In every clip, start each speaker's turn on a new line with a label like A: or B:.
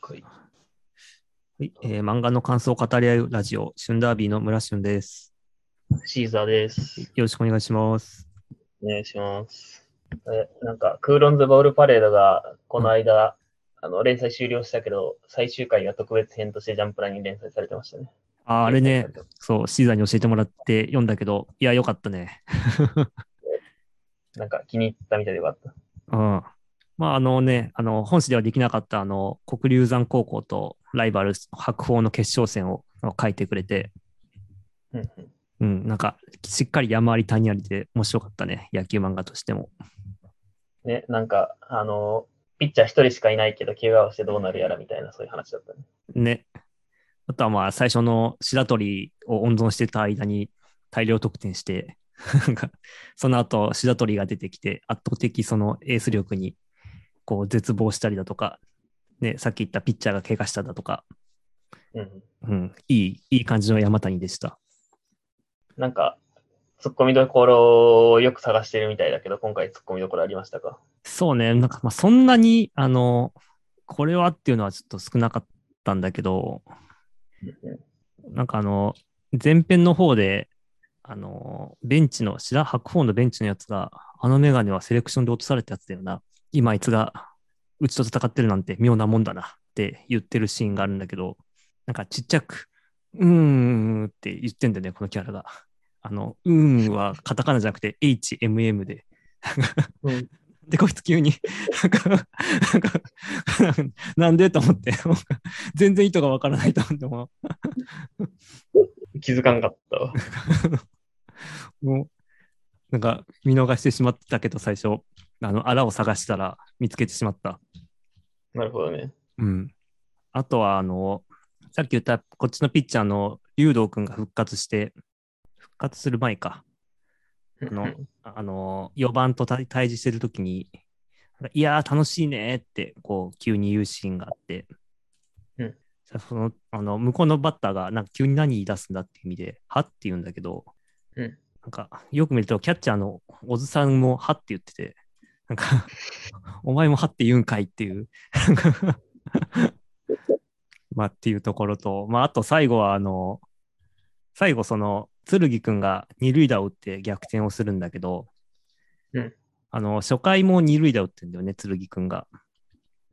A: はい。はい、えー漫画の感想を語り合うラジオ、シュンダービーの村シュンです。
B: シーザーです。
A: よろしくお願いします。
B: お願いします。え、なんか、クーロンズ・ボール・パレードが、この間、あの、連載終了したけど、最終回が特別編としてジャンプラに連載されてましたね。
A: あーあれね、。そう、シーザーに教えてもらって読んだけど、いや、よかったね。
B: なんか、気に入ったみたいでよかった。
A: うん。まあ、あのね、あの、本誌ではできなかった、あの、国立山高校とライバル白鵬の決勝戦をあの書いてくれて、
B: うんうん。
A: うん、なんか、しっかり山あり谷ありで面白かったね、野球漫画としても。
B: ね、なんか、あの、ピッチャー一人しかいないけど、怪我をしてどうなるやらみたいな、そういう話だったね。
A: ね。あとはまあ、最初の白鳥を温存してた間に大量得点して、なんかその後白鳥が出てきて、圧倒的そのエース力にこう絶望したりだとか、ね、さっき言ったピッチャーが怪我しただとか、
B: うんうん。
A: うん、いい、いい感じの山谷でした。
B: なんか、突っ込みどころをよく探してるみたいだけど、今回突っ込みどころありましたか
A: そうね、なんかまあそんなに、あの、これはっていうのはちょっと少なかったんだけど、
B: うんうん
A: なんかあの、前編の方で、あの、ベンチの、白白鵬のベンチのやつが、あのメガネはセレクションで落とされたやつだよな。今あいつが、うちと戦ってるなんて妙なもんだなって言ってるシーンがあるんだけど、なんかちっちゃく、うーんって言ってんだよね、このキャラが。あの、うーんはカタカナじゃなくて HMM で。
B: うん
A: で、こいつ急に、なんか、なんか、なんでと思って、もう全然意図がわからないと思って、もう
B: 気づかんかったわ。
A: もう、なんか見逃してしまったけど、最初、あの、あらを探したら見つけてしまった。
B: なるほどね。
A: うん。あとは、あの、さっき言った、こっちのピッチャーの竜道くんが復活して、復活する前
B: うん
A: か、
B: うん
A: あのあの、4番と対対峙してるときに、なんかいやー、楽しいねーって、こう、急に言うシーンがあって、
B: うん
A: さその、あの、向こうのバッターが、なんか急に何言い出すんだっていう意味で、はって言うんだけど、
B: うん
A: なんか、よく見ると、キャッチャーの小津さんも、はって言ってて、な んか、お前もはって言うんかいっていう、なんかまあ、っていうところと、まあ、あと最後は、あの、最後、その、剣くんが二塁打を打って逆転をするんだけど、
B: うん
A: あの、初回も二塁打を打ってんだよね、剣くんが。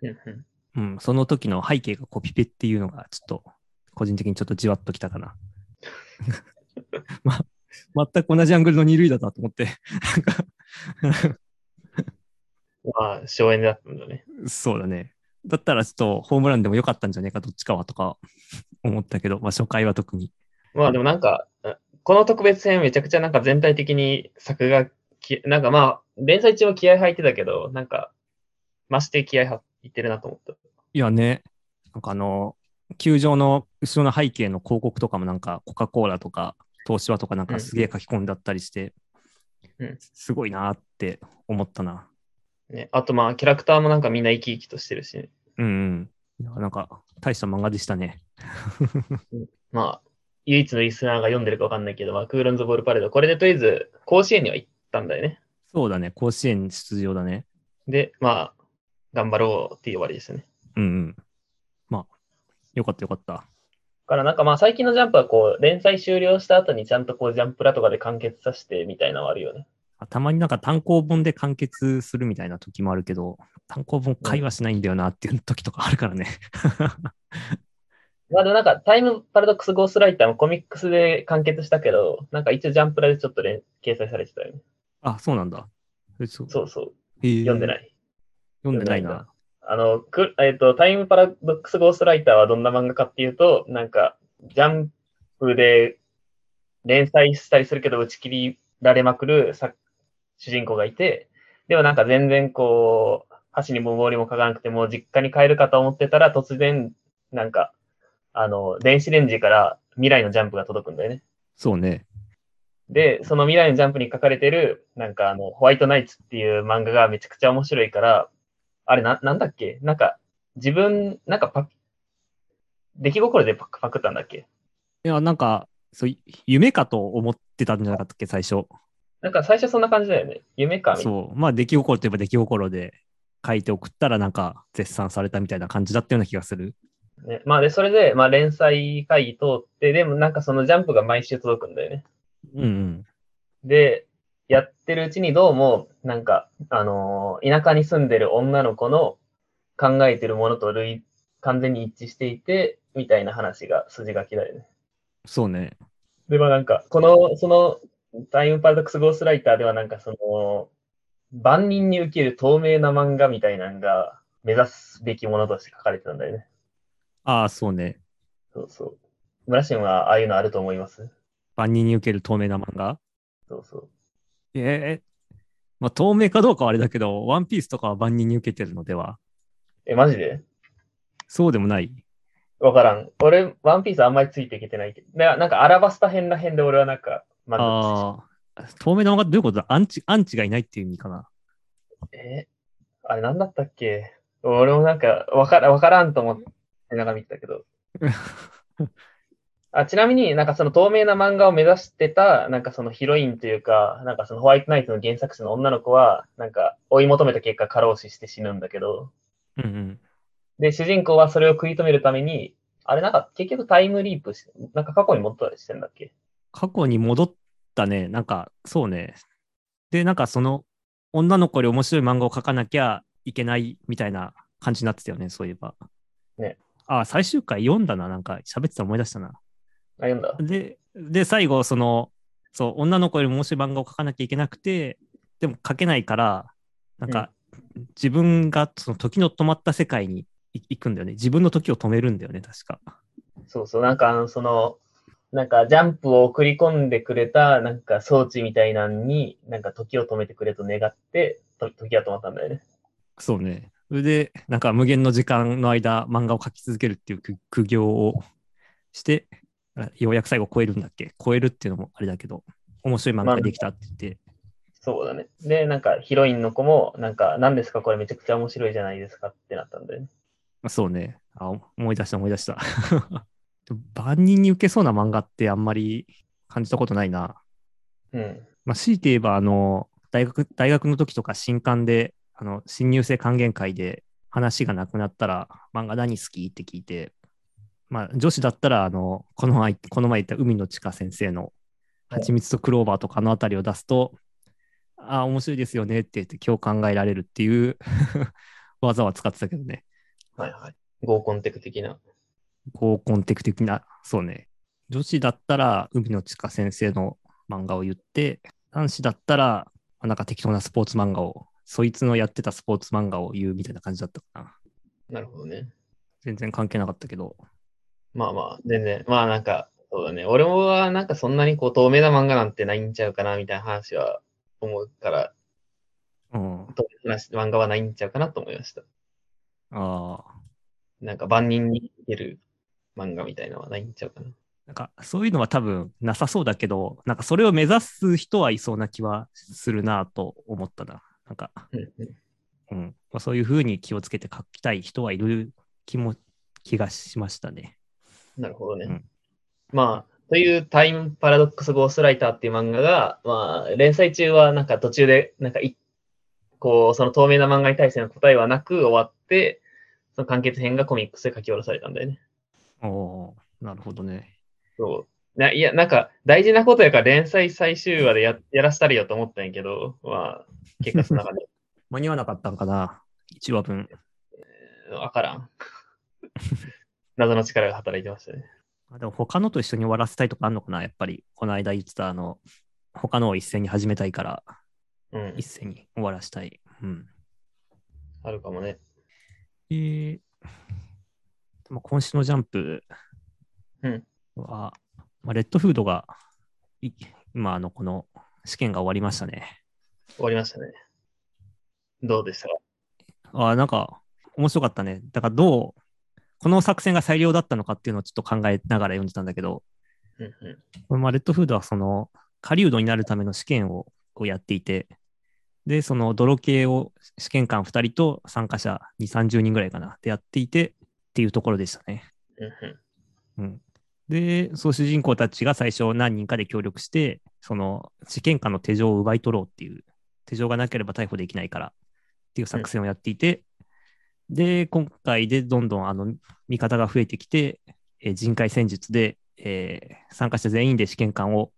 B: うんうん
A: うん、その時の背景がコピペっていうのが、ちょっと、個人的にちょっとじわっときたかな。 ま、全く同じアングルの二塁打だと思って、なんか
B: まあ、省エネだったんだね。
A: そうだね。だったらちょっとホームランでもよかったんじゃねえか、どっちかはとか思ったけど、まあ初回は特に。
B: まあでもなんか、あこの特別編めちゃくちゃなんか全体的に作画き、なんかまあ、連載中は気合入ってたけど、なんか、まして気合入ってるなと思った。
A: いやね、なんかあの、球場の後ろの背景の広告とかもなんかコカ・コーラとか東芝とかなんかすげえ書き込んだったりして、
B: うん
A: すごいなーって思ったな。
B: ね、あとまあ、キャラクターもなんかみんな生き生きとしてるし、
A: うん、うんいや。なんか大した漫画でしたね。
B: まあ、唯一のリスナーが読んでるかわかんないけど、まあ、クーロンズ・ボール・パレード、これでとりあえず甲子園には行ったんだよね。
A: そうだね、甲子園出場だね。
B: で、まあ、頑張ろうっていう終わりですね。
A: うんうん。まあ、よかったよかった。
B: からなんかまあ最近のジャンプはこう連載終了した後にちゃんとこうジャンプラとかで完結させてみたいなのはあるよね。
A: あたまになんか単行本で完結するみたいな時もあるけど、単行本会話しないんだよなっていう時とかあるからね。
B: まあでもなんかタイムパラドックスゴーストライターもコミックスで完結したけど、なんか一応ジャンプラでちょっと連掲載されてたよね。
A: あ、そうなんだ。えそう
B: そうそう。
A: 読。
B: 読んでないい。
A: 読んでないな。
B: あの、くえっ、と、タイムパラドックスゴーストライターはどんな漫画かっていうと、なんかジャンプで連載したりするけど打ち切りられまくる作主人公がいて、でもなんか全然こう、箸にも棒にもかからなくて、もう実家に帰るかと思ってたら、突然、なんか、あの、電子レンジから未来のジャンプが届くんだよね。
A: そうね。
B: で、その未来のジャンプに書かれてる、なんかあの、ホワイトナイツっていう漫画がめちゃくちゃ面白いから、あれな、なんだっけなんか、自分、なんかパク、出来心でパクパクったんだっけ
A: いや、なんか、そう、い夢かと思ってたんじゃなかったっけ、最初。
B: なんか最初そんな感じだよね。夢かみたいな。
A: そう。まあ、出来心といえば出来心で、書いて送ったらなんか絶賛されたみたいな感じだったような気がする。
B: ね、まあで、それで、まあ連載会議通って、でもなんかそのジャンプが毎週届くんだよね。
A: うんうん。
B: で、やってるうちにどうも、なんか、あのー田舎に住んでる女の子の考えてるものと類、完全に一致していて、みたいな話が筋書きだよね。
A: そうね。
B: で、まあなんか、この、その、タイムパラドックスゴーストライターではなんかその、万人に受ける透明な漫画みたいなのが目指すべきものとして書かれてたんだよね。
A: ああ、そうね。
B: そうそう。村新はああいうのあると思います
A: 万人に受ける透明な漫画
B: そうそう。
A: ええまあ透明かどうかはあれだけど、ワンピースとかは万人に受けてるのでは
B: え、マジで
A: そうでもない。
B: わからん。俺、ワンピースあんまりついていけてないけど。ななんか、アラバスタ編ら辺で俺はなんか、まあ、
A: ああ、透明な漫画ってどういうことだアンチ、アンチがいないっていう意味かな。
B: えあれなんだったっけ俺もなんか、わから、わからんと思ってなんか見てたけど。あちなみになんかその透明な漫画を目指してた、なんかそのヒロインというか、なんかそのホワイトナイトの原作者の女の子は、なんか追い求めた結果過労死して死ぬんだけど、
A: うんうん。
B: で、主人公はそれを食い止めるために、あれなんか結局タイムリープして、なんか過去に戻ったりしてんだっけ
A: 過去に戻ったね。なんか、そうね。で、なんかその、女の子より面白い漫画を描かなきゃいけないみたいな感じになってたよね、そういえば。
B: ね。
A: ああ、最終回読んだな。なんか、喋ってたの思い出したな。
B: あ、読んだ。
A: で、で、最後、その、そう、女の子よりも面白い漫画を描かなきゃいけなくて、でも描けないから、なんか、自分がその時の止まった世界にい行くんだよね。自分の時を止めるんだよね、確か。
B: そうそう、なんかあの、その、なんかジャンプを送り込んでくれた、なんか装置みたいなのに、なんか時を止めてくれと願って、と時は止まったんだよね。
A: そうね。それで、なんか無限の時間の間、漫画を描き続けるっていう苦苦行をして、あようやく最後超えるんだっけ超えるっていうのもあれだけど、面白い漫画ができたって言って、
B: そうだね。で、なんかヒロインの子も、なんか、何ですかこれめちゃくちゃ面白いじゃないですかってなったんだよね。
A: まあそうね。あ思い出した思い出した。 でも万人に受けそうな漫画ってあんまり感じたことないな。
B: うん。
A: まあ、強いて言えば、あの、大学、大学の時とか新刊で、あの、新入生還元会で話がなくなったら、漫画何好きって聞いて、まあ、女子だったら、あの、この前、この前言った海の地下先生の、蜂蜜とクローバーとかあのあたりを出すと、ああ、面白いですよねって言って今日考えられるっていう 技は使ってたけどね。
B: はいはい。合コンテク的な。
A: 合コンテク的な、そうね。女子だったら、海の地下先生の漫画を言って、男子だったら、まあなんか適当なスポーツ漫画を、そいつのやってたスポーツ漫画を言うみたいな感じだったかな。
B: なるほどね。
A: 全然関係なかったけど。
B: まあまあ、全然。まあなんか、そうだね。俺もはなんかそんなにこう透明な漫画なんてないんちゃうかなみたいな話は思うから、
A: うん。あ
B: 透明な漫画はないんちゃうかなと思いました。
A: あ。
B: なんか万人に受ける漫画みたいなのはないんちゃうかな。
A: なんか、そういうのは多分なさそうだけど、なんかそれを目指す人はいそうな気はするなと思ったな。なんか、うん。まあ、そういうふうに気をつけて書きたい人はいる気も、気がしましたね。
B: なるほどね。
A: うん
B: まあ、というタイムパラドックスゴーストライターっていう漫画が、まあ、連載中はなんか途中で、なんかい、こう、その透明な漫画に対しての答えはなく終わって、その完結編がコミックスで書き下ろされたんだよね。
A: おおーなるほどね。
B: そう。ないや、なんか、大事なことやから連載最終話でややらせたりよと思ったんやけど、まあ、結果そんな感じ。
A: 間に合わなかったのかな ?1 話分。
B: わから ん。謎の力が働いてましたね。
A: あでも他のと一緒に終わらせたいとかあるのかなやっぱり、この間言ってたあの、他のを一斉に始めたいから、
B: うん
A: 一。斉に終わらせたい。うん。
B: あるかもね。
A: えー、でも今週のジャンプ
B: うん
A: は、まあ、レッドフードが、い今、あの、この試験が終わりましたね。
B: 終わりましたね。どうでしたか
A: あーなんか、面白かったね。だからどう、この作戦が最良だったのかっていうのをちょっと考えながら読んでたんだけど、
B: うんうん
A: まあ、レッドフードはその狩人になるための試験をこうやっていて、で、その泥系を試験官2人と参加者2、30人ぐらいかな、でやっていてっていうところでしたね。
B: うんうん
A: うん、で、そう主人公たちが最初何人かで協力して、その試験官の手錠を奪い取ろうっていう、手錠がなければ逮捕できないからっていう作戦をやっていて、で、今回でどんどんあの味方が増えてきて、えー人海戦術で、えー参加者全員で試験官を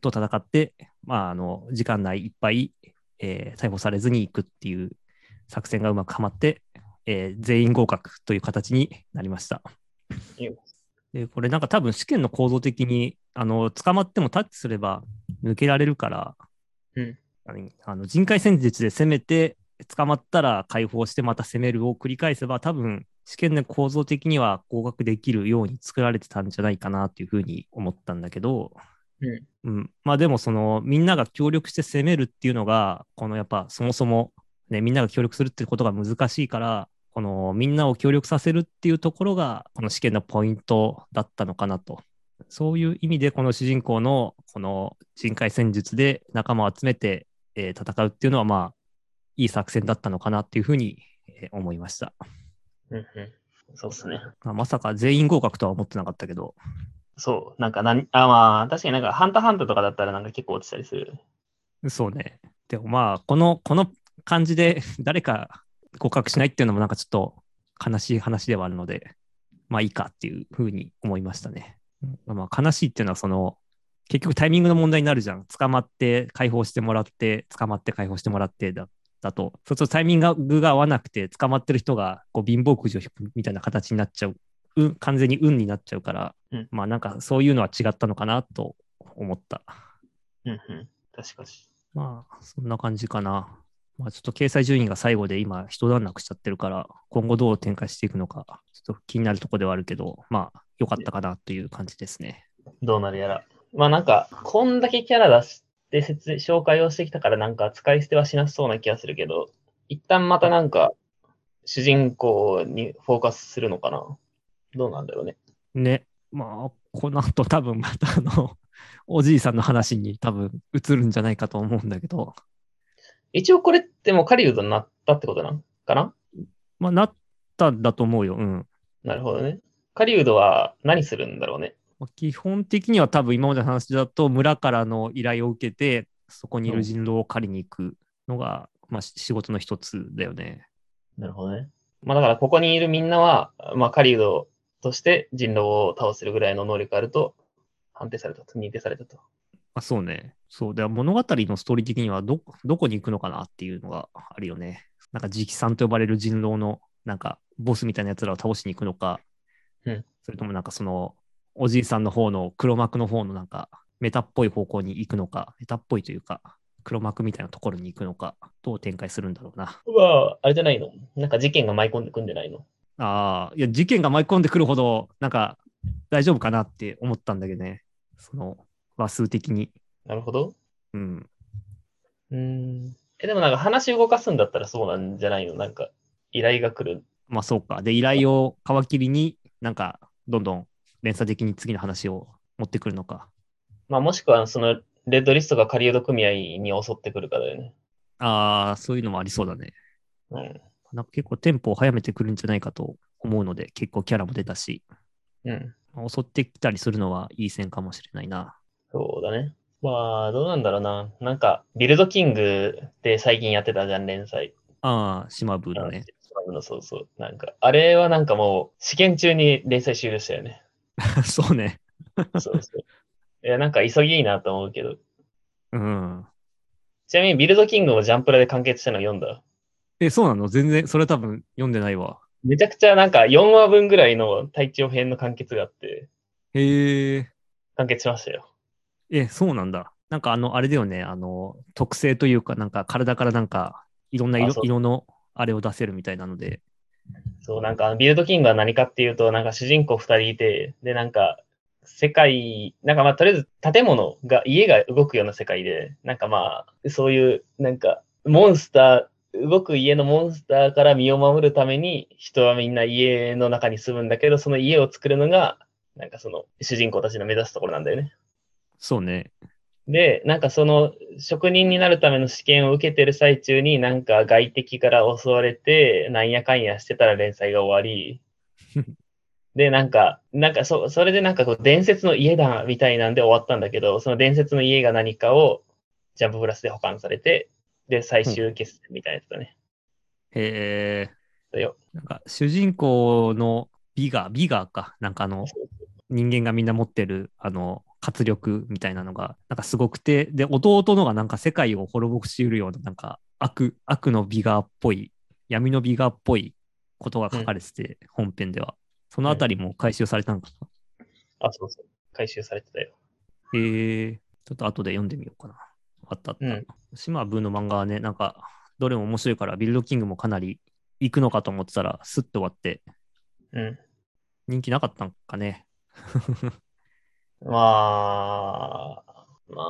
A: と戦って、まあ、あの時間内いっぱい、えー逮捕されずに行くっていう作戦がうまくはまって、えー全員合格という形になりました
B: いいよ。
A: でこれなんか多分試験の構造的にあの捕まってもタッチすれば抜けられるから、
B: うん
A: 何あの人海戦術で攻めて捕まったら解放してまた攻めるを繰り返せば多分試験の構造的には合格できるように作られてたんじゃないかなというふうに思ったんだけど、
B: うん
A: まあでもそのみんなが協力して攻めるっていうのがこのやっぱそもそも、ね、みんなが協力するってことが難しいからこのみんなを協力させるっていうところがこの試験のポイントだったのかなとそういう意味でこの主人公のこの人海戦術で仲間を集めて、えー戦うっていうのはまあいい作戦だったのかなっていうふうに、えー思いました、
B: うんうん。そうですね。
A: まあ、まさか全員合格とは思ってなかったけど
B: そう。なんか何、あ、まあ、確かになんか、ハンターハンターとかだったらなんか結構落ちたりする。
A: そうねでもまあこのこの感じで 誰か合格しないっていうのもなんかちょっと悲しい話ではあるのでまあいいかっていうふうに思いましたね、うんまあ、悲しいっていうのはその結局タイミングの問題になるじゃん捕まって解放してもらって捕まって解放してもらってだだとそうするとタイミングが合わなくて捕まってる人がこう貧乏くじを引くみたいな形になっちゃう、うん、完全に運になっちゃうから、
B: うん
A: まあなんかそういうのは違ったのかなと思った
B: うんうん。確かに。
A: まあ、そんな感じかな。まあ、ちょっと掲載順位が最後で今、一段落しちゃってるから、今後どう展開していくのか、ちょっと気になるとこではあるけど、まあ、良かったかなという感じですね。
B: どうなるやら。まあなんか、こんだけキャラ出して説紹介をしてきたからなんか使い捨てはしなそうな気がするけど、一旦またなんか、主人公にフォーカスするのかなどうなんだろうね。
A: ね。まあ、この後多分またあの、おじいさんの話に多分移るんじゃないかと思うんだけど、
B: 一応これってもう狩人になったってことなんかな
A: まあ、なったんだと思うよ。うん。
B: なるほどね。狩人は何するんだろうね。
A: まあ基本的には多分今までの話だと村からの依頼を受けてそこにいる人狼を借りに行くのが、まあ、し仕事の一つだよね。
B: なるほどね。まあだからここにいるみんなは、まあ狩人として人狼を倒せるぐらいの能力があると判定されたと、認定されたと。
A: あそうね。そう。では物語のストーリー的にはど、どこに行くのかなっていうのがあるよね。なんか、直参と呼ばれる人狼の、なんか、ボスみたいなやつらを倒しに行くのか、
B: うん
A: それともなんかその、おじいさんの方の黒幕の方のなんか、メタっぽい方向に行くのか、メタっぽいというか、黒幕みたいなところに行くのか、どう展開するんだろうな。
B: まあ、あれじゃないのなんか事件が舞い込んでくんじゃないの
A: ああ、いや、事件が舞い込んでくるほど、なんか、大丈夫かなって思ったんだけどね。その、話数的に。
B: なるほど。
A: うん。
B: うーん。え、でもなんか話動かすんだったらそうなんじゃないのなんか依頼が来る。
A: まあそうか。で、依頼を皮切りに、なんか、どんどん連鎖的に次の話を持ってくるのか。
B: まあもしくはそのレッドリストが狩人組合に襲ってくるかだよね。
A: ああ、そういうのもありそうだね。
B: うん。
A: なんか結構テンポを早めてくるんじゃないかと思うので、結構キャラも出たし、
B: うん。
A: まあ襲ってきたりするのはいい線かもしれないな。
B: そうだね。まあ、どうなんだろうな。なんか、ビルドキングって最近やってたじゃん、連載。
A: ああ、島ブーだね。
B: うんそうそう。なんか、あれはなんかもう、試験中に連載終了したよ ね。
A: そうね。
B: そうそう。いや、なんか急ぎいいなと思うけど。
A: うん。
B: ちなみに、ビルドキングもジャンプラで完結したの読んだ。
A: え、そうなの全然、それ多分読んでないわ。
B: めちゃくちゃなんか4話分ぐらいの体調編の完結があって、
A: へえ。
B: 完結しましたよ。
A: え、そうなんだ。なんかあの、あれだよね。あの、特性というか、なんか体からなんか、いろんな
B: あ
A: 色
B: そう
A: 色のあれを出せるみたいなので。
B: そう、なんかビルドキングは何かっていうと、なんか主人公2人いて、で、なんか世界、なんかまあとりあえず建物が、家が動くような世界で、なんかまあ、そういうなんかモンスター、動く家のモンスターから身を守るために人はみんな家の中に住むんだけど、その家を作るのが、なんかその主人公たちの目指すところなんだよね。
A: そうね。
B: で、なんかその職人になるための試験を受けてる最中になんか外敵から襲われて、なんやかんやしてたら連載が終わり、 で、なんか、なんかそ、それでなんかこう伝説の家だみたいなんで終わったんだけど、その伝説の家が何かをジャンププラスで保管されて、で、最終決戦みたいなやつだね。
A: へ
B: だよ。
A: ーなんか主人公のビガー、ビガーか。なんかあの、人間がみんな持ってる、あの、活力みたいなのが、なんかすごくて、で、弟のがなんか世界を滅ぼしうるような、なんか悪、悪のビガーっぽい、闇のビガーっぽいことが書かれてて、本編では。そのあたりも回収されたのかな。
B: あ、そうそう。回収されてたよ。
A: へーちょっと後で読んでみようかな。あったあった。
B: うん
A: 島ブーの漫画はね、なんか、どれも面白いから、ビルドキングもかなり行くのかと思ってたら、スッと終わって、
B: うん。
A: 人気なかったんかね。
B: まあ、ま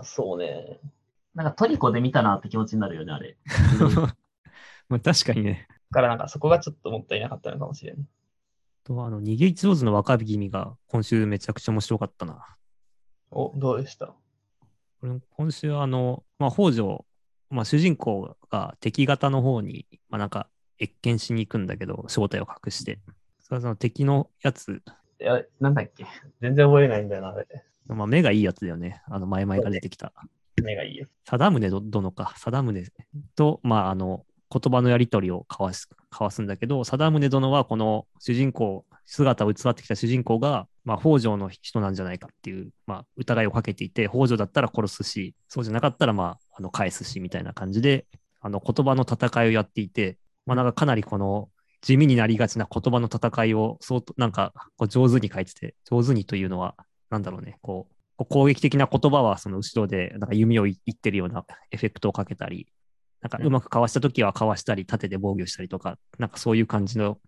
B: あ、そうね。なんかトリコで見たなって気持ちになるよね、あれ。だ
A: まあ確かにね。
B: からなんかそこがちょっともったいなかったのかもしれない。
A: とあの、逃げ一上手の若君が今週めちゃくちゃ面白かったな。
B: お、どうでした
A: これ今週あの、まあ、北条、まあ、主人公が敵方の方に、まあ、なんか、越見しに行くんだけど、正体を隠して。それはその敵のやつ、
B: いや、なんだっけ。全然覚えないんだよな、あれ。
A: まあ、目がいいやつだよね。あの、前々から出てきた。
B: 目がいいよ。
A: 貞宗ど殿か、貞宗と、まあ、あの、言葉のやり取りを交わす、交わすんだけど、貞宗殿はこの主人公、姿を偽ってきた主人公が、まあ、北条の人なんじゃないかっていう、まあ、疑いをかけていて、北条だったら殺すし、そうじゃなかったら、まあ、あの、返すし、みたいな感じで、あの、言葉の戦いをやっていて、まあ、なんかかなりこの、地味になりがちな言葉の戦いを、相当、なんか、こう上手に書いてて、上手にというのは、なんだろうね、こう、こう攻撃的な言葉はその後ろでなんか弓をいいってるようなエフェクトをかけたり、なんか
B: うん
A: うまくかわしたときはかわしたり、縦で防御したりとか、なんかそういう感じの、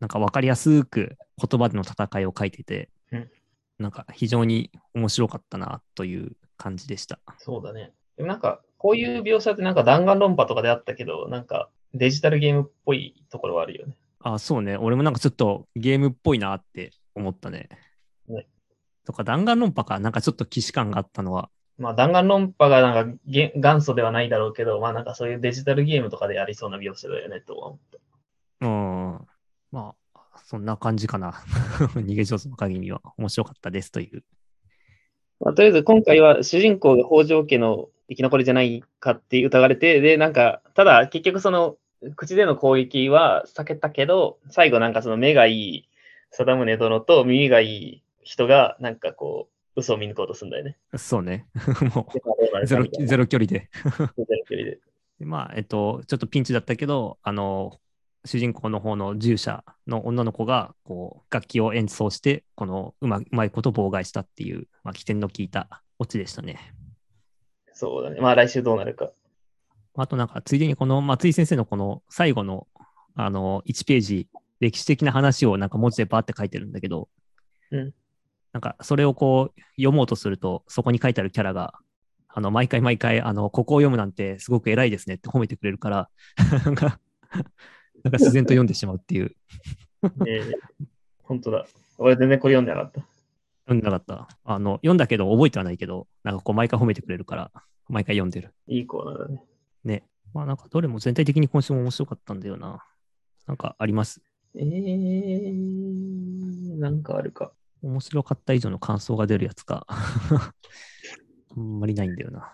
A: なんか分かりやすく言葉での戦いを書いてて
B: うん、
A: なんか非常に面白かったなという感じでした。
B: そうだね。でもなんか、こういう描写ってなんか弾丸論破とかであったけど、なんかデジタルゲームっぽいところはあるよね。
A: あ、そうね。俺もなんかちょっとゲームっぽいなって思ったね。
B: ね
A: とか弾丸論破か、なんかちょっと既視感があったのは、
B: まあ弾丸論破がなんかげ元祖ではないだろうけど、まあなんかそういうデジタルゲームとかでありそうな描写だよねとは思った。
A: うん。まあ、そんな感じかな。 逃げ上手の限りは面白かったですという。
B: まあ、とりあえず今回は主人公が北条家の生き残りじゃないかって疑われて、で、なんか、ただ結局その、口での攻撃は避けたけど、最後なんかその目がいい貞宗殿と耳がいい人が、なんかこう、嘘を見抜こうとするんだよね。
A: そうね。 も
B: でまあどうな
A: う
B: る
A: ゼ
B: か
A: ロ
B: みたいな
A: ゼロ距離
B: ゼ
A: で。
B: ロ距離で
A: でまあ、えっと、ちょっとピンチだったけど、あの、主人公の方の従者の女の子が、こう、楽器を演奏して、このうまうまいこと妨害したっていう、まあ、起点の効いたオチでしたね。
B: そうだね。まあ来週どうなるか。
A: あとなんか、ついでにこの松井先生のこの最後の、あの、1ページ、歴史的な話をなんか文字でバーって書いてるんだけど、
B: うん
A: なんか、それをこう、読もうとすると、そこに書いてあるキャラが、あの、毎回毎回、あの、ここを読むなんてすごく偉いですねって褒めてくれるから、 なんか、なんか自然と読んでしまうっていう、
B: えー、本当だ。俺全然これ読んでなかった。
A: 読んでなかった。あの、読んだけど覚えてはないけど、なんかこう、毎回褒めてくれるから、毎回読んでる。
B: いいコーナーだね。
A: まあなんか、どれも全体的に今週も面白かったんだよな。なんかあります
B: えー、なんかあるか。
A: 面白かった以上の感想が出るやつか。 あんまりないんだよな。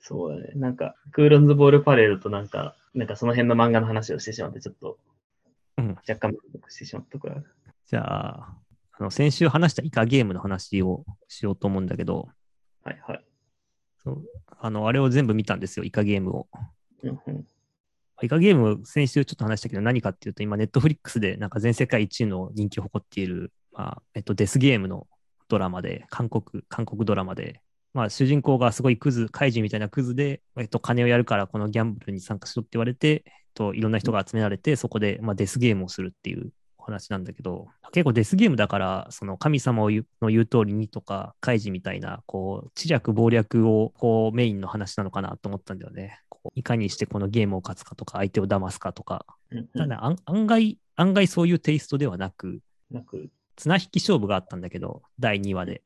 B: そうだね。なんか、クーロンズボールパレードとなんか、なんかその辺の漫画の話をしてしまって、ちょっと、
A: うん
B: 若干満足してしまったところある。
A: じゃあ、あの先週話したイカゲームの話をしようと思うんだけど、
B: はいはい。
A: そうあのあれを全部見たんですよ、イカゲームを。
B: うんうん、
A: イカゲーム、先週ちょっと話したけど、何かっていうと、今、ネットフリックスでなんか全世界一位の人気を誇っている、まあえっと、デスゲームのドラマで、韓国、韓国ドラマで、まあ、主人公がすごいクズ、怪獣みたいなクズで、えっと、金をやるから、このギャンブルに参加しろって言われて、えっと、いろんな人が集められて、そこで、まあ、デスゲームをするっていうお話なんだけど、結構デスゲームだから、その神様を言うの言う通りにとか、カイジみたいな、こう、知略謀略をこうメインの話なのかなと思ったんだよね。こういかにしてこのゲームを勝つかとか、相手を騙すかとか。
B: うんう
A: た
B: ん。
A: だ、あん案外、案外そういうテイストではなく、
B: なんか、
A: 綱引き勝負があったんだけど、第2話で。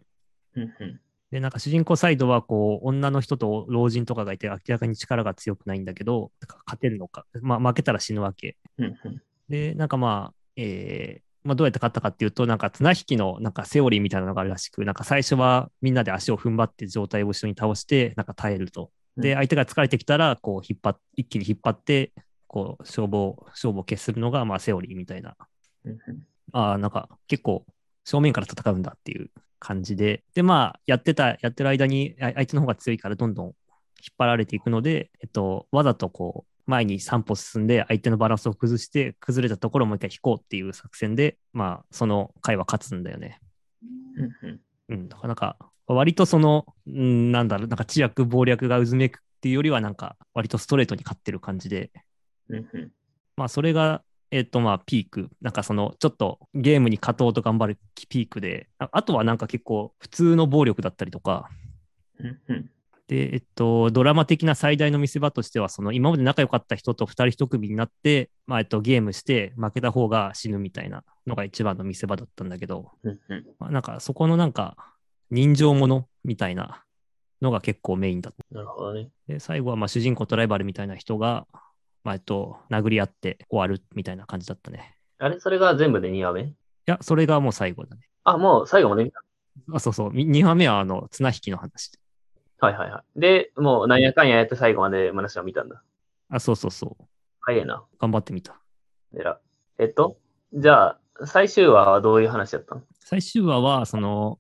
B: うんうん。
A: で、なんか主人公サイドは、こう、女の人と老人とかがいて、明らかに力が強くないんだけど、だから勝てるのか、まあ、負けたら死ぬわけ。
B: うんうん。
A: で、なんかまあ、えーまあ、どうやって勝ったかっていうと、なんか綱引きのなんかセオリーみたいなのがあるらしく、なんか最初はみんなで足を踏ん張って状態を一緒に倒して、なんか耐える
B: う
A: と。
B: ん
A: で、相手が疲れてきたら、こう、引っ張っ一気に引っ張って、こう、消防、消防を消するのが、まあ、セオリーみたいな。
B: うんうん
A: ああ、なんか、結構、正面から戦うんだっていう感じで。で、まあ、やってた、やってる間に、あ相手の方が強いから、どんどん引っ張られていくので、えっと、わざとこう、前に3歩進んで、相手のバランスを崩して、崩れたところをもう一回引こうっていう作戦で、まあ、その回は勝つんだよね。
B: うんうん
A: うん、だからなんか、割とその、うんなんだろう、なんか、知略、謀略が渦めくっていうよりは、なんか、割とストレートに勝ってる感じで、
B: うんうん
A: まあ、それが、えっ、と、まあ、ピーク。なんか、その、ちょっとゲームに勝とうと頑張るピークで、ああとはなんか結構、普通の暴力だったりとか、
B: うんうん
A: で、えっと、ドラマ的な最大の見せ場としては、その、今まで仲良かった人と二人一組になって、まあ、えっと、ゲームして、負けた方が死ぬみたいなのが一番の見せ場だったんだけど、
B: うんうん
A: まあ、なんか、そこのなんか、人情ものみたいなのが結構メインだった
B: なるほどね。
A: で、最後はまあ主人公とライバルみたいな人が、まあ、えっと、殴り合って終わるみたいな感じだったね。
B: あれそれが全部で2話目
A: いや、それがもう最後だね。
B: あ、もう最後まで見た。
A: あ、そうそう。2話目はあの、綱引きの話。
B: はいはいはい。で、もうなんやかんややって最後まで話は見たんだ。
A: あ、そうそうそう。
B: 早いな。
A: 頑張ってみた。
B: えら。えっと、じゃあ、最終話はどういう話だったの
A: 最終話は、その、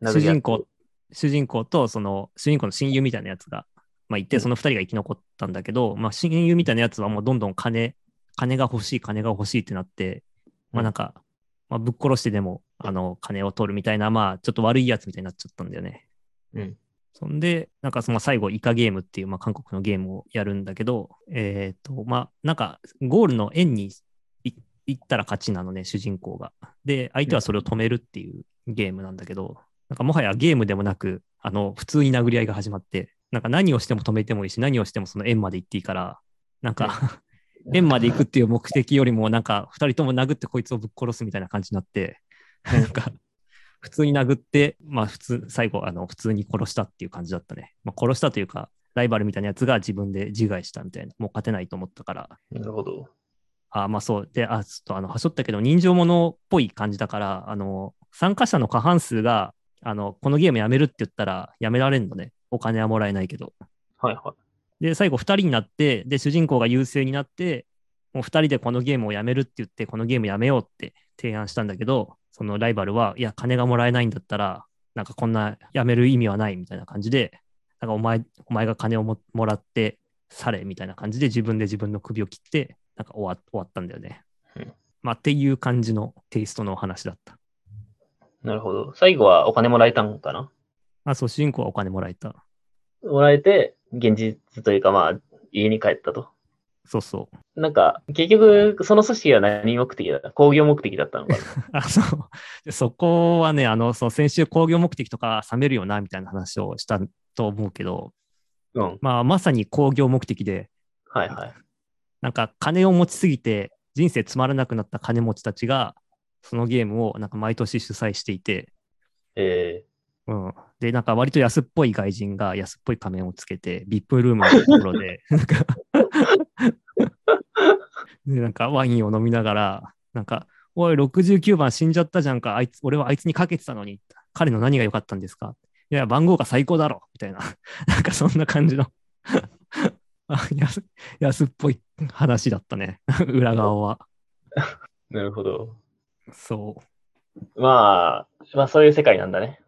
B: 殴
A: 主
B: り合って
A: 人公、主人公と、その、主人公の親友みたいなやつが、まあ、いて、その2人が生き残ったんだけど、まあ、親友みたいなやつはもうどんどん金、金が欲しい、金が欲しいってなって、まあ、なんか、まあ、ぶっ殺してでも、あの、金を取るみたいな、まあ、ちょっと悪いやつみたいになっちゃったんだよね。
B: うん。
A: そんで、なんかその最後、イカゲームっていう、まあ、韓国のゲームをやるんだけど、えっ、と、まあ、なんか、ゴールの円にい行ったら勝ちなのね、主人公が。で、相手はそれを止めるっていうゲームなんだけど、なんかもはやゲームでもなく、あの、普通に殴り合いが始まって、なんか何をしても止めてもいいし、何をしてもその円まで行っていいから、なんか、
B: うん
A: 円まで行くっていう目的よりも、なんか、二人とも殴ってこいつをぶっ殺すみたいな感じになって、なんか、普通に殴って、まあ、普通、最後、あの、普通に殺したっていう感じだったね。まあ、殺したというか、ライバルみたいなやつが自分で自害したみたいな、もう勝てないと思ったから、
B: なるほど。
A: あまあそう。で、あ、ちょっとあの、はしょったけど、人情ものっぽい感じだから、あの、参加者の過半数が、あの、このゲームやめるって言ったら、やめられんのね。お金はもらえないけど。
B: はいは
A: で、最後2人になって、で、主人公が優勢になって、もう2人でこのゲームをやめるって言って、このゲームやめようって提案したんだけど、そのライバルは、いや、金がもらえないんだったら、なんかこんなやめる意味はないみたいな感じで、なんかお前、お前が金をももらって、されみたいな感じで自分で自分の首を切って、なんか終わ終わったんだよね
B: うん。
A: まあ、っていう感じのテイストのお話だった。
B: い。なるほど。最後はお金もらえたんかな
A: あ、そう、主人公はお金もらえた。
B: もらえて、現実というかまあ、家に帰ったと。
A: そうそう。
B: なんか、結局、その組織は何目的だった工業目的だったのかな
A: あの でそこはね、あのその先週、工業目的とか冷めるよなみたいな話をしたと思うけど、
B: うん。
A: まあ、まさに工業目的で、
B: はいはい。
A: なんか金を持ちすぎて、人生つまらなくなった金持ちたちが、そのゲームをなんか毎年主催していて、
B: え
A: うん、で、なんか割と安っぽい外人が安っぽい仮面をつけて、VIP ルームのところで、なんか で、なんかワインを飲みながら、なんか、おい、69番死んじゃったじゃんか、あいつ、俺はあいつにかけてたのに、彼の何が良かったんですかいや、番号が最高だろみたいな、 なんかそんな感じの あ安、安っぽい話だったね、 裏側は。
B: ー、なるほど。
A: そう。
B: まあ、まあそういう世界なんだね。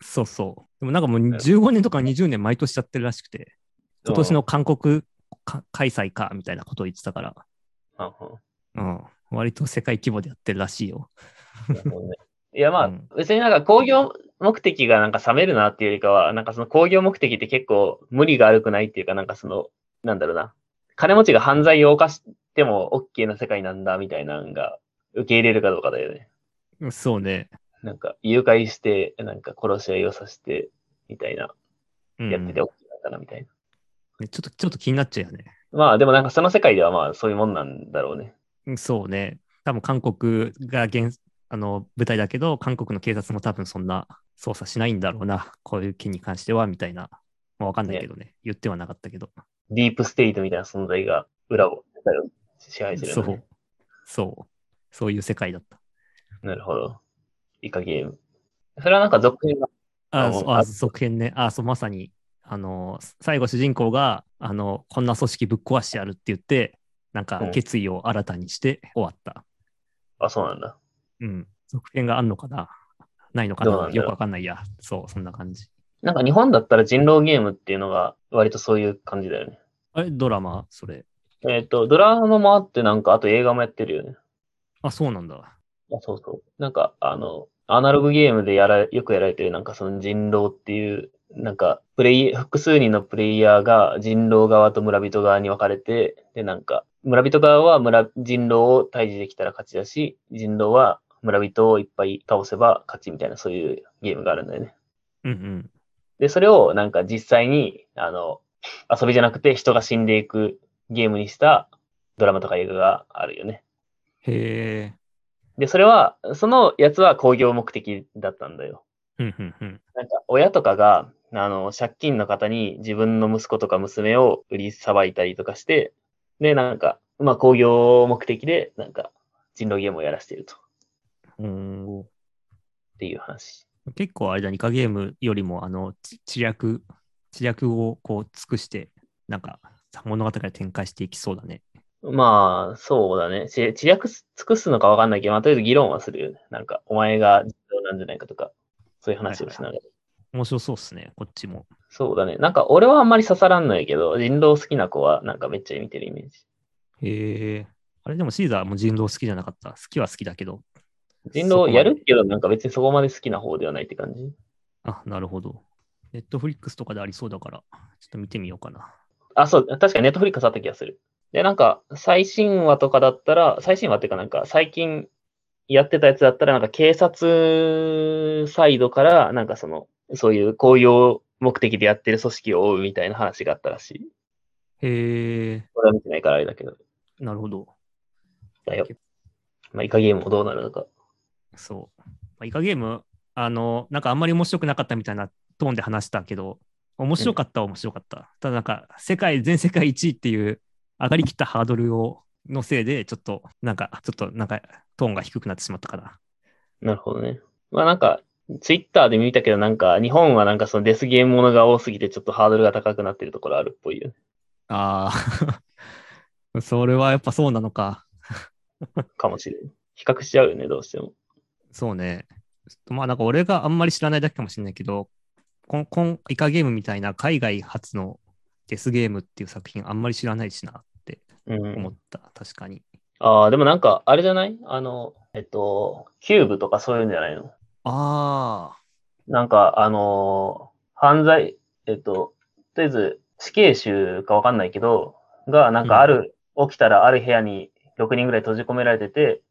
A: そうそう。でもなんかもう15年とか20年毎年やってるらしくて、今年の韓国か開催かみたいなことを言ってたから、
B: うん。うんうん
A: うん、割と世界規模でやってるらしいよ。
B: なるほどねいやまあ、
A: うん
B: 別になんか工業目的がなんか冷めるなっていうよりかは、なんかその工業目的って結構無理が悪くないっていうか、なんかその、なんだろうな。金持ちが犯罪を犯しても OK な世界なんだみたいなのが受け入れるかどうかだよね。
A: そうね。
B: なんか誘拐して、なんか殺し合いをさせて、みたいな、
A: うん
B: やってて
A: ね
B: OK なんだなみたいな。
A: ちょっと、ちょっと気になっちゃうよね。
B: まあでもなんかその世界ではまあそういうもんなんだろうね。
A: うんそうね。多分韓国が原あの舞台だけど、韓国の警察も多分そんな捜査しないんだろうな。こういう件に関しては、みたいな。まあ、わかんないけどね言ってはなかったけど。
B: ディープステイトみたいな存在が裏を支配してる
A: そ
B: よね、
A: う。そう。そういう世界だった。
B: なるほど。イカゲーム。それはなんか続編が。
A: あ
B: あ
A: そう
B: あ
A: あ、続編ね。あ、そう、まさに、あの、最後主人公が、あの、こんな組織ぶっ壊してやるって言って、なん
B: う
A: か
B: ん
A: 決意を新たにして終わった。
B: あ、そうなんだ。
A: うん。続編があんのかなないのか
B: どうなん
A: な
B: だろう
A: よくわかんないや。そう、そんな感じ。
B: なんか日本だったら人狼ゲームっていうのが割とそういう感じだよね。
A: あれドラマそれ。
B: えっ、と、ドラマもあってなんか、あと映画もやってるよね。
A: あ、そうなんだ。
B: あそうそう。なんか、あの、アナログゲームでやら、よくやられてる、なんかその人狼っていう、なんか、プレイ、複数人のプレイヤーが人狼側と村人側に分かれて、で、なんか、村人側は村、人狼を退治できたら勝ちだし、人狼は村人をいっぱい倒せば勝ちみたいな、そういうゲームがあるんだよね。
A: うんうん。
B: で、それをなんか実際に、あの、遊びじゃなくて人が死んでいくゲームにしたドラマとか映画があるよね。
A: へえ。
B: で、それは、そのやつは工業目的だったんだよ。
A: うんうんうん。
B: なんか、親とかが、あの、借金の方に自分の息子とか娘を売りさばいたりとかして、で、なんか、まあ、工業目的で、なんか、人狼ゲームをやらせていると、
A: うん
B: っていう話。
A: 結構あれだ、ニカゲームよりも、あの、ち知略、知略をこう尽くして、なんか、物語が展開していきそうだね。
B: まあ、そうだね。知知略尽くすのかわかんないけど、まあ、とりあえず議論はするよね。なんか、お前が人狼なんじゃないかとか、そういう話をしながら。
A: 面白そうっすね、こっちも。
B: そうだね。なんか、俺はあんまり刺さらんないけど、人狼好きな子は、なんかめっちゃ見てるイメージ。
A: へえ。あれでもシーザーも人狼好きじゃなかった。好きは好きだけど。
B: 人狼やるけど、なんか別にそこまで好きな方ではないって感じ。
A: あ、なるほど。ネットフリックスとかでありそうだから、ちょっと見てみようかな。
B: あ、そう、確かにネットフリックスあった気がする。で、なんか、最新話とかだったら、最新話っていうかなんか、最近やってたやつだったら、なんか警察サイドから、なんかその、そういう公用目的でやってる組織を追うみたいな話があったらしい。
A: へえ、
B: 俺は見てないからあれだけど。
A: なるほど。
B: だよ。まあ、イカゲームもどうなるのか。
A: そう。まあ、イカゲーム、あの、なんかあんまり面白くなかったみたいなトーンで話したけど、面白かったは面白かった。ただなんか、世界、全世界1位っていう上がりきったハードルを、のせいで、ちょっと、なんか、ちょっと、なんか、トーンが低くなってしまったかな。
B: なるほどね。まあなんか、ツイッターで見たけど、なんか、日本はなんかそのデスゲームものが多すぎて、ちょっとハードルが高くなってるところあるっぽいよね。
A: ああ、 それはやっぱそうなのか。
B: かもしれん。比較しちゃうよね、どうしても。
A: そうね。ちょっとまあなんか俺があんまり知らないだけかもしれないけど、こんこんイカゲームみたいな海外発のデスゲームっていう作品あんまり知らないしなって
B: うん
A: 思った、確かに。
B: ああ、でもなんか、あれじゃないあの、えっと、キューブとかそういうんじゃないの
A: ああ、
B: なんか、あのー犯罪、えっと、とりあえず死刑囚かわかんないけど、が、なん
A: うん
B: かある、起きたらある部屋に6人ぐらい閉じ込められてて、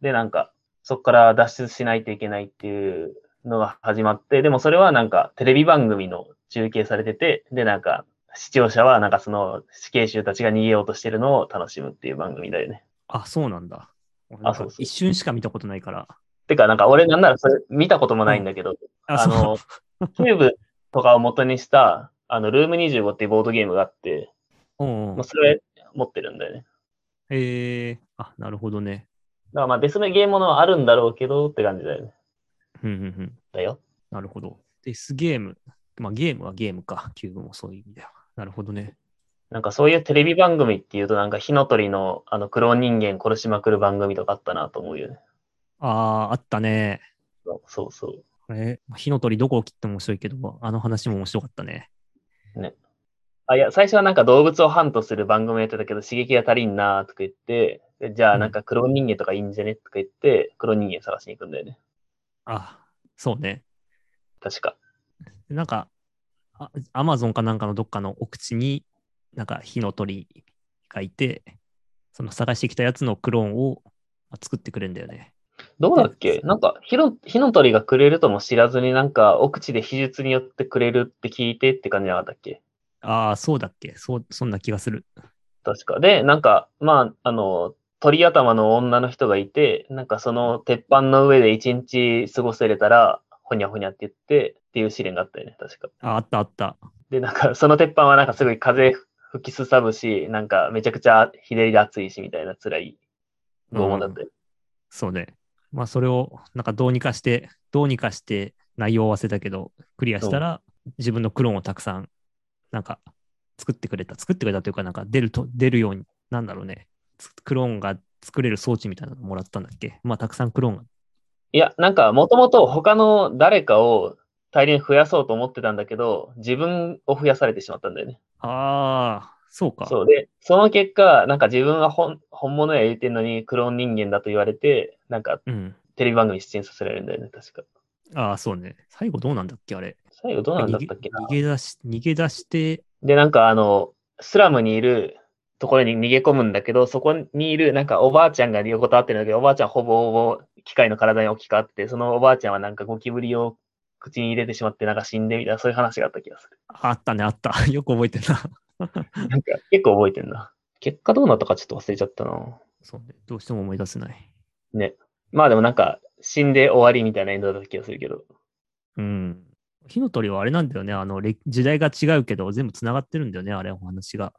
B: で、なんか、そこから脱出しないといけないっていうのが始まって、でもそれはなんか、テレビ番組の中継されてて、で、なんか、視聴者はなんかその死刑囚たちが逃げようとしてるのを楽しむっていう番組だよね。
A: あ、そうなんだ。俺なんか
B: そうそう
A: 一瞬しか見たことないから。
B: てか、なんか俺なんならそれ見たこともないんだけど、
A: あ、
B: あの
A: そう。
B: キューブとかを元にした、あの、ルーム25っていうボードゲームがあって、
A: うんう
B: ま
A: ん
B: あ、。それ持ってるんだよね。
A: へえ、あ、なるほどね。
B: だからまあ、デスゲームものはあるんだろうけどって感じだよね。
A: うんうんうん。
B: だよ。
A: なるほど。デスゲーム。まあゲームはゲームか。キューブもそういう意味だよ。なるほどね。
B: なんかそういうテレビ番組っていうと、なんか火の鳥の、あの、クローン人間殺しまくる番組とかあったなと思うよね。
A: ああ、あったね。
B: そうそう。
A: え火の鳥どこを切っても面白いけど、あの話も面白かったね。
B: あ、いや、最初はなんか動物をハントする番組やってたけど、刺激が足りんなーとか言って、でじゃあなんかクローン人間とかいいんじゃねとか言って、クローン人間探しに行くんだよね。
A: あ、そうね。
B: 確か。
A: なんか、あアマゾンかなんかのどっかの奥地に、なんか火の鳥がいて、その探してきたやつのクローンをまあ作ってくれるんだよね。
B: どうだっけなんか火の、火の鳥がくれるとも知らずになんか奥地で秘術によってくれるって聞いてって感じじゃなかったっけ
A: ああ、そうだっけそう、そんな気がする。
B: 確か。で、なんか、まあ、あの、鳥頭の女の人がいて、なんかその鉄板の上で一日過ごせれたら、ほにゃほにゃって言ってっていう試練があったよね、確か。
A: ああったあった。
B: で、なんかその鉄板はなんかすごい風吹きすさぶし、なんかめちゃくちゃ日照りで暑いしみたいな辛い拷問だったよ。
A: そうね。まあ、それを、なんかどうにかして、どうにかして内容を忘れたけど、クリアしたら、自分のクローンをたくさん、なんか、作ってくれた。作ってくれたというか、なんか出ると、出るように、なんだろうね。つクローンが作れる装置みたいなのもらったんだっけまあ、たくさんクローンが。
B: いや、なんか、もともと他の誰かを大量に増やそうと思ってたんだけど、自分を増やされてしまったんだよね。
A: ああ、そうか。
B: そうで、その結果、なんか自分は本本物や言うてんのにクローン人間だと言われて、なんか
A: うん。
B: テレビ番組に出演させられるんだよね、確か。
A: ああ、そうね。最後どうなんだっけあれ。
B: 最後どうなんだったっけな
A: 逃げ逃げ出し、逃げ出して、
B: で、なんかあの、スラムにいるところに逃げ込むんだけど、そこにいるなんかおばあちゃんが横たわってるんだけど、おばあちゃんほぼほぼ機械の体に置き換わってて、そのおばあちゃんはなんかゴキブリを口に入れてしまってなんか死んでみたいな、そういう話があった気がする。
A: あったね、あった。 よく覚えてるな。
B: なんか結構覚えてんな。結果どうなったかちょっと忘れちゃったな。
A: そうね。どうしても思い出せない。
B: まあでもなんか死んで終わりみたいなエンドだった気がするけど。
A: うん。火の鳥はあれなんだよね。あの、歴時代が違うけど、全部つながってるんだよね、あれ、お話が。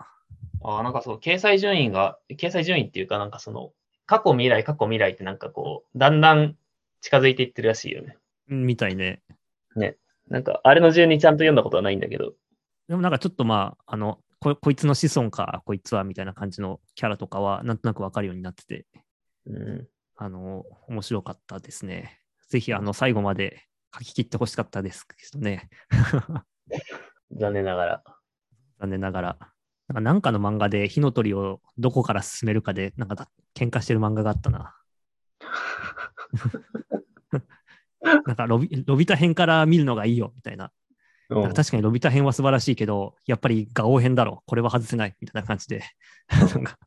B: ああ、なんかそう、掲載順位が、掲載順位っていうかなんかその、過去未来、過去未来ってなんかこう、だんだん近づいていってるらしいよね。
A: うんみたいね。
B: なんか、あれの順にちゃんと読んだことはないんだけど。
A: でもなんかちょっとまあ、あの、ここいつの子孫か、こいつはみたいな感じのキャラとかは、なんとなくわかるようになってて、
B: うん。
A: あの、面白かったですね。ぜひ、あの、最後まで書き切ってほしかったですけどね。
B: 残念ながら。
A: 残念ながら。なんかなんかの漫画で火の鳥をどこから進めるかで、なんかだ喧嘩してる漫画があったな。 なんかロビ、ロビタ編から見るのがいいよ、みたいな。
B: うん
A: なんか確かにロビタ編は素晴らしいけど、やっぱりガオ編だろ、これは外せない、みたいな感じで、 なんか、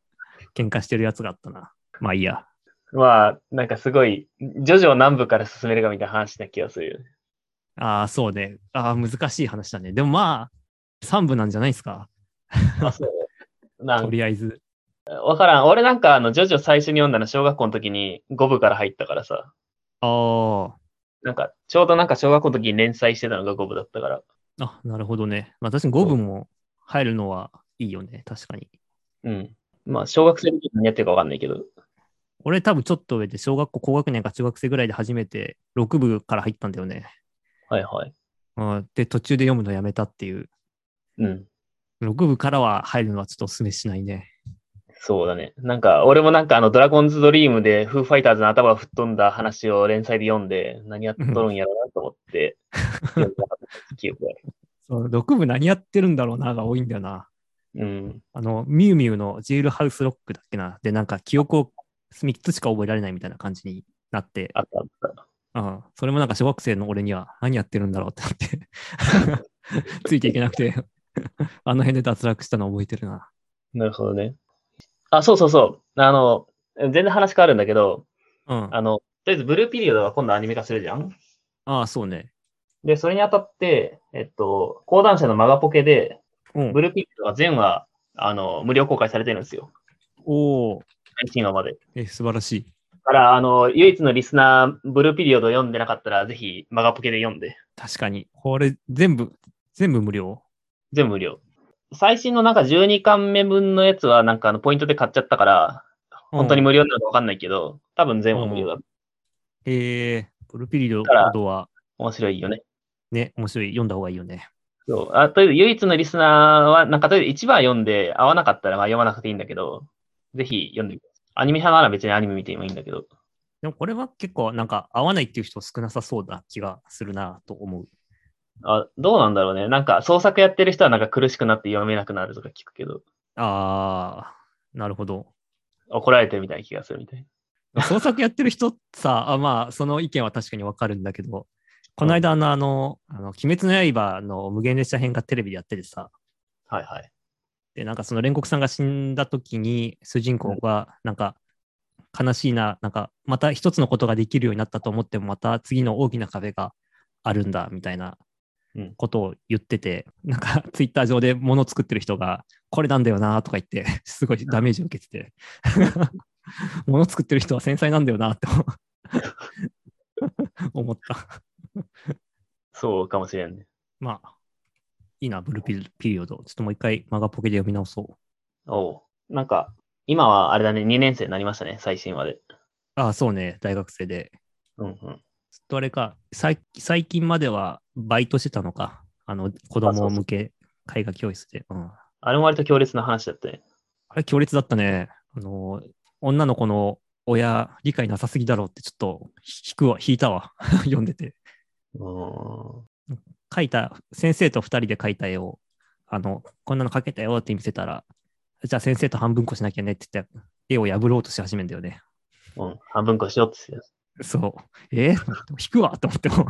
A: 喧嘩してるやつがあったな。まあいいや。
B: まあ、なんかすごい、ジョジョを南部から進めるかみたいな話な気がす るよね。
A: ああ、そうね。ああ、難しい話だね。でもまあ、3部なんじゃないですか。
B: あ、そう。な
A: と
B: ん
A: りあえず。
B: わからん。俺なんか、あの、ジョジョ最初に読んだの小学校の時に5部から入ったからさ。
A: あ
B: なんか、ちょうどなんか小学校の時に連載してたのが5部だったから。
A: あ、あ、なるほどね。まあ確かに5部も入るのはいいよね。確かに。
B: うん。まあ、小学生の時に何やってるかわかんないけど。
A: 俺多分ちょっと上で小学校高学年か中学生ぐらいで初めて6部から入ったんだよね。
B: はいはい。
A: うん、で、途中で読むのやめたっていう。
B: うん。
A: 6部からは入るのはちょっとお勧めしないね。
B: そうだね。なんか、俺もなんかあの、ドラゴンズドリームで、フーファイターズの頭が吹っ飛んだ話を連載で読んで、何やっとるんやろうなと思って、読んだ記憶がある。
A: そう、6部何やってるんだろうなが多いんだよな。
B: うん。
A: あの、ミュウミュウのジールハウスロックだっけな。で、なんか記憶を3つしか覚えられないみたいな感じになって、
B: あったあった。
A: うん、それもなんか小学生の俺には何やってるんだろうってなって、 ついていけなくて、あの辺で脱落したの覚えてるな。
B: なるほどね。あ、そうそうそう。あの、全然話変わるんだけど、
A: うん。
B: あの、とりあえずブルーピリオドが今度アニメ化するじゃん
A: ああ、そうね。
B: で、それにあたって、えっと、講談社のマガポケで、
A: うん
B: ブ。ルーピリオドが全話、あの、無料公開されてるんですよ。
A: おお、
B: 最新話まで。
A: え、素晴らしい。
B: だから、あの、唯一のリスナー、ブルーピリオドを読んでなかったら、ぜひ、マガポケで読んで。
A: 確かに。これ、全部、全部無料。
B: 全部無料。最新のなんか12巻目分のやつは、なんかあの、ポイントで買っちゃったから、本当に
A: うん
B: 無料なのかわかんないけど、多分全部無料だ。
A: えー、ブルーピリオ
B: から
A: ドは、
B: 面白いよね。
A: ね、面白い。読んだ方がいいよね。
B: そう。あ、とりあえず唯一のリスナーは、なんかとりあえず1話読んで、合わなかったらまあ読まなくていいんだけど、ぜひ読んでみて。アニメ派なら別にアニメ見てもいいんだけど。
A: でもこれは結構なんか合わないっていう人少なさそうな気がするなと思う。
B: あ、どうなんだろうね。なんか創作やってる人はなんか苦しくなって読めなくなるとか聞くけど、
A: あー、なるほど。
B: 怒られてるみたいな気がするみたいな。
A: 創作やってる人ってさ、あまあ、その意見は確かにわかるんだけど、この間あの、あの、あの鬼滅の刃の無限列車編がテレビでやっててさ、
B: はいはい。
A: で、なんかその煉獄さんが死んだ時に、主人公が、なんか、悲しいな、なんか、また一つのことができるようになったと思っても、また次の大きな壁があるんだ、みたいな
B: うん
A: ことを言ってて、なんか、 ツイッター上で物を作ってる人が、これなんだよな、とか言って、 すごいダメージを受けてて、 物作ってる人は繊細なんだよな、って 思った。
B: そうかもしれんね。
A: まあ、いいな、ブルーピリピリオド。ちょっともう一回、マガポケで読み直そう。
B: おう。なんか、今はあれだね、2年生になりましたね、最新話で。
A: ああ、そうね、大学生で。
B: うんうん。
A: ずっとあれか、最最近まではバイトしてたのか。あの、子
B: あそうそ
A: 供
B: う
A: 向け絵画教室で。うん、あ
B: あれも割と強烈な話だったね。
A: れ、強烈だったね。あの、女の子の親、理解なさすぎだろうってちょっと引くわ、引いたわ。 読んでて。
B: うん。
A: 書いた、先生と2人で書いた絵を、あの、こんなの書けたよって見せたら、じゃあ先生と半分こしなきゃねって言って、絵を破ろうとし始めんだよね。
B: うん。半分こしようって言ってた
A: そう。えー、 引くわと思っても。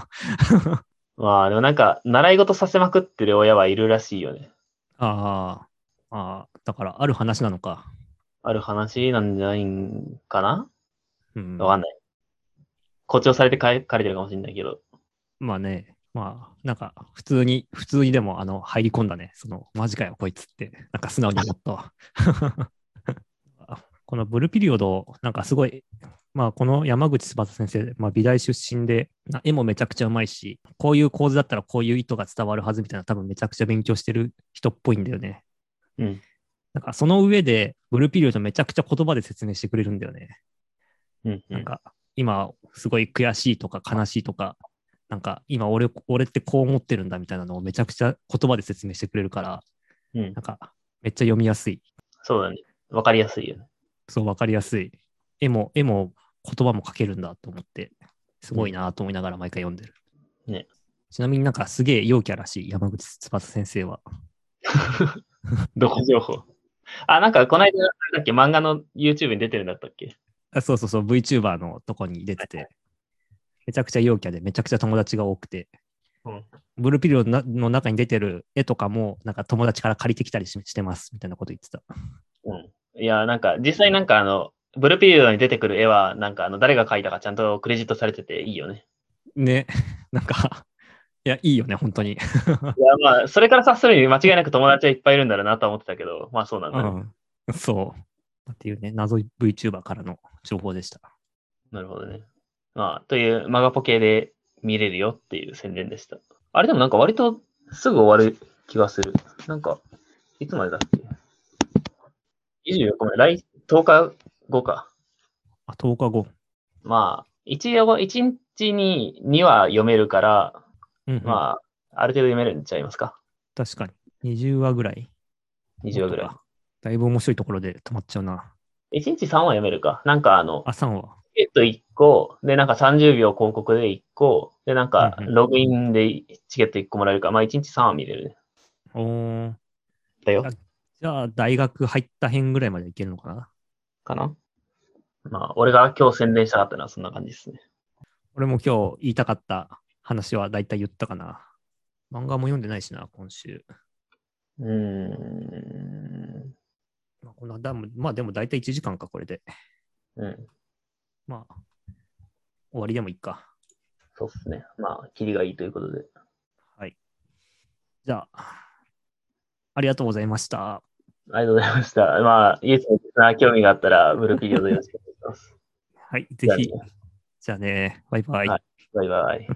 B: まあ、でもなんか、習い事させまくってる親はいるらしいよね。
A: ああ、ああ、だからある話なのか。
B: ある話なんじゃないんかな
A: うん、
B: わかんない。誇張されて書かれてるかもしれないけど。
A: まあね、まあ、なんか普通に、普通にでもあの入り込んだね。その、マジかよ、こいつって、なんか素直に思ったわ。 あこのブルーピリオド、なんかすごい、まあこの山口翼先生、まあ美大出身で、な絵もめちゃくちゃうまいし、こういう構図だったらこういう意図が伝わるはずみたいな、多分めちゃくちゃ勉強してる人っぽいんだよね。
B: うん。
A: なんかその上で、ブルーピリオドめちゃくちゃ言葉で説明してくれるんだよね。
B: うん、う
A: なん
B: ん。
A: か、今、すごい悔しいとか悲しいとか、なんか、今俺、俺ってこう思ってるんだみたいなのをめちゃくちゃ言葉で説明してくれるから、
B: うん
A: な。んか、めっちゃ読みやすい。
B: そうだね。わかりやすいよね。
A: そう、わかりやすい。絵も、絵も言葉も書けるんだと思って、すごいなと思いながら毎回読んでる。
B: ね
A: ちなみになんかすげえ陽キャらしい、山口翼先生は。
B: どこ情報あ、なんか、この間、なんだっけ、漫画の YouTube に出てるんだったっけ
A: あそうそうそう、VTuber のとこに出てて、めちゃくちゃ陽キャで、めちゃくちゃ友達が多くて、
B: うん
A: ブルーピリオドなの中に出てる絵とかも、なんか友達から借りてきたりししてますみたいなこと言ってた。
B: いや、なんか、実際なんかあの、ブルーピリオドに出てくる絵は、なんかあの、誰が描いたかちゃんとクレジットされてていいよ ね。
A: ね、なんか、いや、いいよね、本当に。
B: いや、まあ、それから察するに間違いなく友達はいっぱいいるんだろうなとは思ってたけど、まあそうなん
A: う
B: だね、
A: ん、そう。っていうね、謎 VTuber からの情報でした。
B: なるほどね。まあ、という、マガポ系で見れるよっていう宣伝でした。あれでもなんか割とすぐ終わる気がする。なんか、いつまでだっけ ?24 日まで、来、10日後か。
A: あ、10日後。
B: まあ、一応、1日に2話読めるから、
A: うん、うん
B: まあ、ある程度読めるんちゃいますか。
A: 確かに。20話ぐらい。
B: 20話ぐらい。
A: もっとか。だいぶ面白いところで止まっちゃうな。
B: 1日3話読めるか。なんかあの
A: あ、、3話。
B: チケット1個、で、なんか30秒広告で1個、で、なんか
A: うんうん
B: ログインでチケット1個もらえるから、まあ1日3は見れるね。
A: おー
B: だよ
A: あ。じゃあ、大学入った辺ぐらいまでいけるのかな
B: かなまあ、俺が今日宣伝したかったのはそんな感じですね。
A: 俺も今日言いたかった話は大体言ったかな。漫画も読んでないしな、今週。
B: うーん。
A: まあ、こんなだんまあでも大体1時間か、これで。
B: うん。
A: まあ、終わりでもいいか。
B: そうっすね。まあ、キリがいいということで。
A: はい。じゃあ、ありがとうございました。
B: ありがとうございました。まあ、イエスのリスナー興味があったら、ブルーピリオドよろしくお願いします。
A: はい、ぜひ。じゃあね、バイバイ。
B: はいバイバイ。